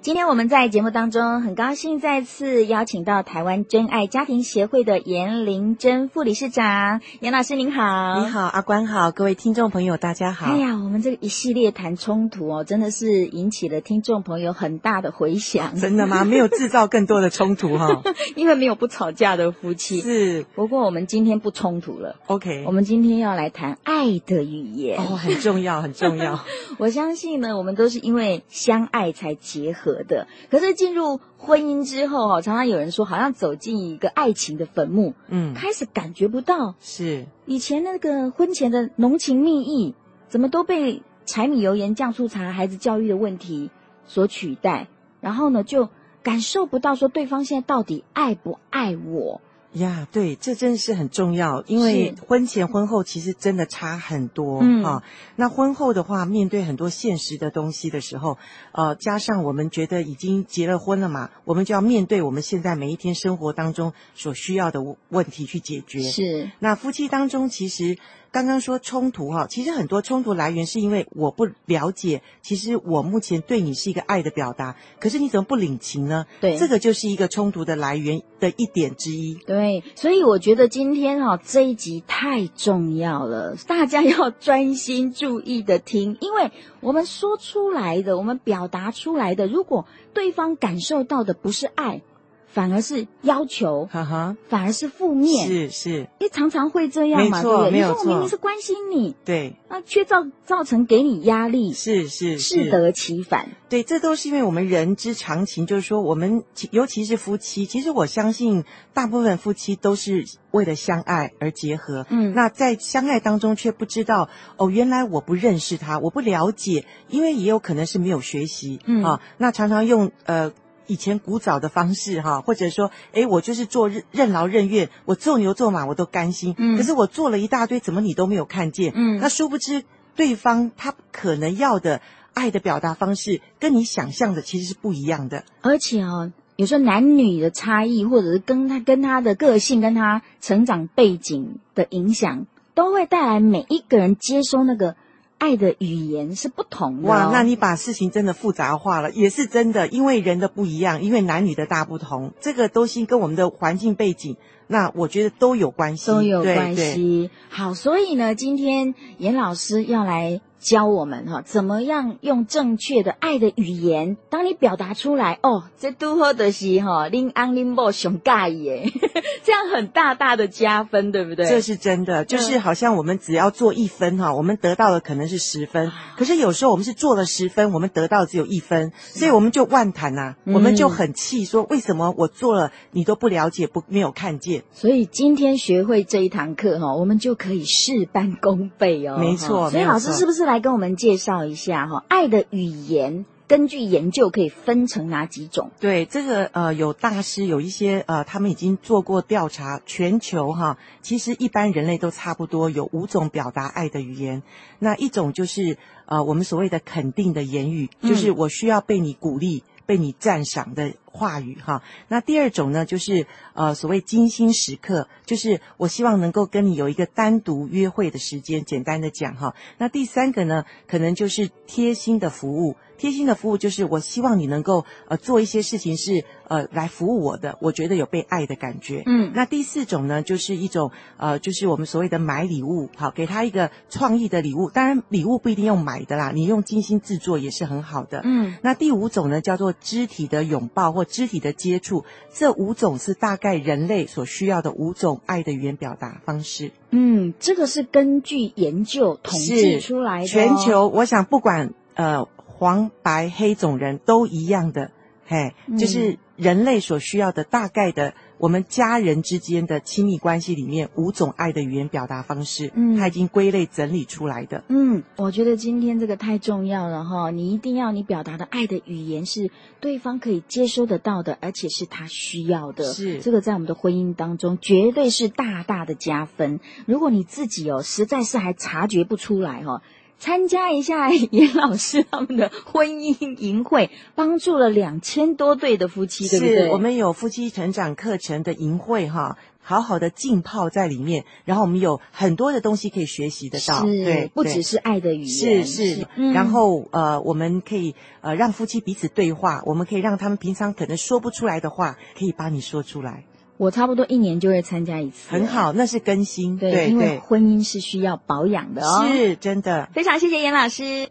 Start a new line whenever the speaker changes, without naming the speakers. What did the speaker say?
今天我们在节目当中，很高兴再次邀请到台湾真爱家庭协会的严玲珍副理事长，严老师您好。
你。好，阿关好，各位听众朋友，大家好。
哎呀，我们这个一系列谈冲突哦，真的是引起了听众朋友很大的回响，
真的吗？没有制造更多的冲突哈、
因为没有不吵架的夫妻。
是
不过我们今天不冲突了，
OK，
我们今天要来谈爱的语言。
哦，很重要，很重要。
我相信呢，我们都是因为相爱才结合的。可是进入婚姻之后哦，常常有人说，好像走进一个爱情的坟墓，
嗯，
开始感觉不到
是
以前那个婚前的浓情蜜意，怎么都被柴米油盐酱醋茶、孩子教育的问题所取代。然后呢，就感受不到说对方现在到底爱不爱我。
呀对，这真是很重要，因为婚前婚后其实真的差很多
嗯
啊。那婚后的话，面对很多现实的东西的时候，呃，加上我们觉得已经结了婚了嘛，我们就要面对我们现在每一天生活当中所需要的问题去解决。
是，
那夫妻当中，其实刚刚说冲突哈、其实很多冲突来源是因为我不了解，其实我目前对你是一个爱的表达，可是你怎么不领情呢？
对，
这个就是一个冲突的来源的一点之一。
对，所以我觉得今天哈、这一集太重要了，大家要专心注意的听，因为我们说出来的，我们表达出来的，如果对方感受到的不是爱，反而是要求，
哈哈，
反而是负面，
是是，
因为常常会这样嘛，
没
对
错
不对？
没
你
有
说我明
错
明是关心你，
对，
那却造造成给你压力，
是是
适得其反。
对，这都是因为我们人之常情，就是说我们其尤其是夫妻，其实我相信大部分夫妻都是为了相爱而结合。
嗯，
那在相爱当中却不知道哦，原来我不认识他，我不了解，因为也有可能是没有学习、
嗯
啊。那常常用呃以前古早的方式哈、或者说诶，我就是做任任劳任怨，我做牛做马我都甘心。
嗯
可是我做了一大堆，怎么你都没有看见？
嗯
那殊不知对方他可能要的爱的表达方式，跟你想象的其实是不一样的。
而且哦，有时候男女的差异，或者是跟他跟他的个性、跟他成长背景的影响，都会带来每一个人接收那个爱的语言是不同的哦、
哇，那你把事情真的复杂化了，也是真的，因为人的不一样，因为男女的大不同，这个都是跟我们的环境背景，那我觉得都有关系，
都有
对
关。
对
系。好，所以呢，今天严老师要来教我们哈、怎么样用正确的爱的语言，当你表达出来哦，这都好的是哈，拎安拎某熊盖耶， 这样很大大的加分，对不对？嗯
这是真的，就是好像我们只要做一分哈，我们得到的可能是十分，可是有时候我们是做了十分，我们得到只有一分，所以我们就万谈呐、
嗯
我们就很气，说为什么我做了你都不了解，不没有看见。
所以今天学会这一堂课哈、我们就可以事半功倍哦。
没错
哈所以
没有
老师
错
是不是来跟我们介绍一下哈、爱的语言根据研究可以分成哪几种？
对这个呃，有大师有一些呃，他们已经做过调查，全球哈，其实一般人类都差不多有五种表达爱的语言。那一种就是呃，我们所谓的肯定的言语，
嗯
就是我需要被你鼓励、被你赞赏的话语哈。那第二种呢，就是呃，所谓精心时刻，就是我希望能够跟你有一个单独约会的时间。简单的讲哈，那第三个呢，可能就是贴心的服务。贴心的服务就是我希望你能够呃做一些事情是呃来服务我的，我觉得有被爱的感觉。
嗯
那第四种呢，就是一种呃，就是我们所谓的买礼物，好，给他一个创意的礼物。当然，礼物不一定用买的啦，你用精心制作也是很好的。
嗯，
那第五种呢，叫做肢体的拥抱或肢体的接触。这五种是大概人类所需要的五种爱的语言表达方式。
嗯，这个是根据研究统
是
计出来的、哦
全，球，我想不管呃黄白黑种人都一样的，嘿，
嗯
就是人类所需要的大概的我们家人之间的亲密关系里面五种爱的语言表达方式，
嗯
它已经归类整理出来的。
嗯，我觉得今天这个太重要了哈、你一定要你表达的爱的语言是对方可以接收得到的，而且是他需要的。
是
这个在我们的婚姻当中绝对是大大的加分。如果你自己哦，实在是还察觉不出来哈、参加一下严老师他们的婚姻营会，帮助了两千多对的夫妻，对不对？
是我们有夫妻成长课程的营会哈，好好的浸泡在里面，然后我们有很多的东西可以学习得到，
是
啊对，
不
对
只是爱的语
是
言，
是，
嗯
然后呃，我们可以呃让夫妻彼此对话，我们可以让他们平常可能说不出来的话，可以帮你说出来，
我差不多一年就会参加一次，
很。好，那是更新，
对，
对
因为
对，
婚姻是需要保养的哦。
是真的。
非常谢谢严老师。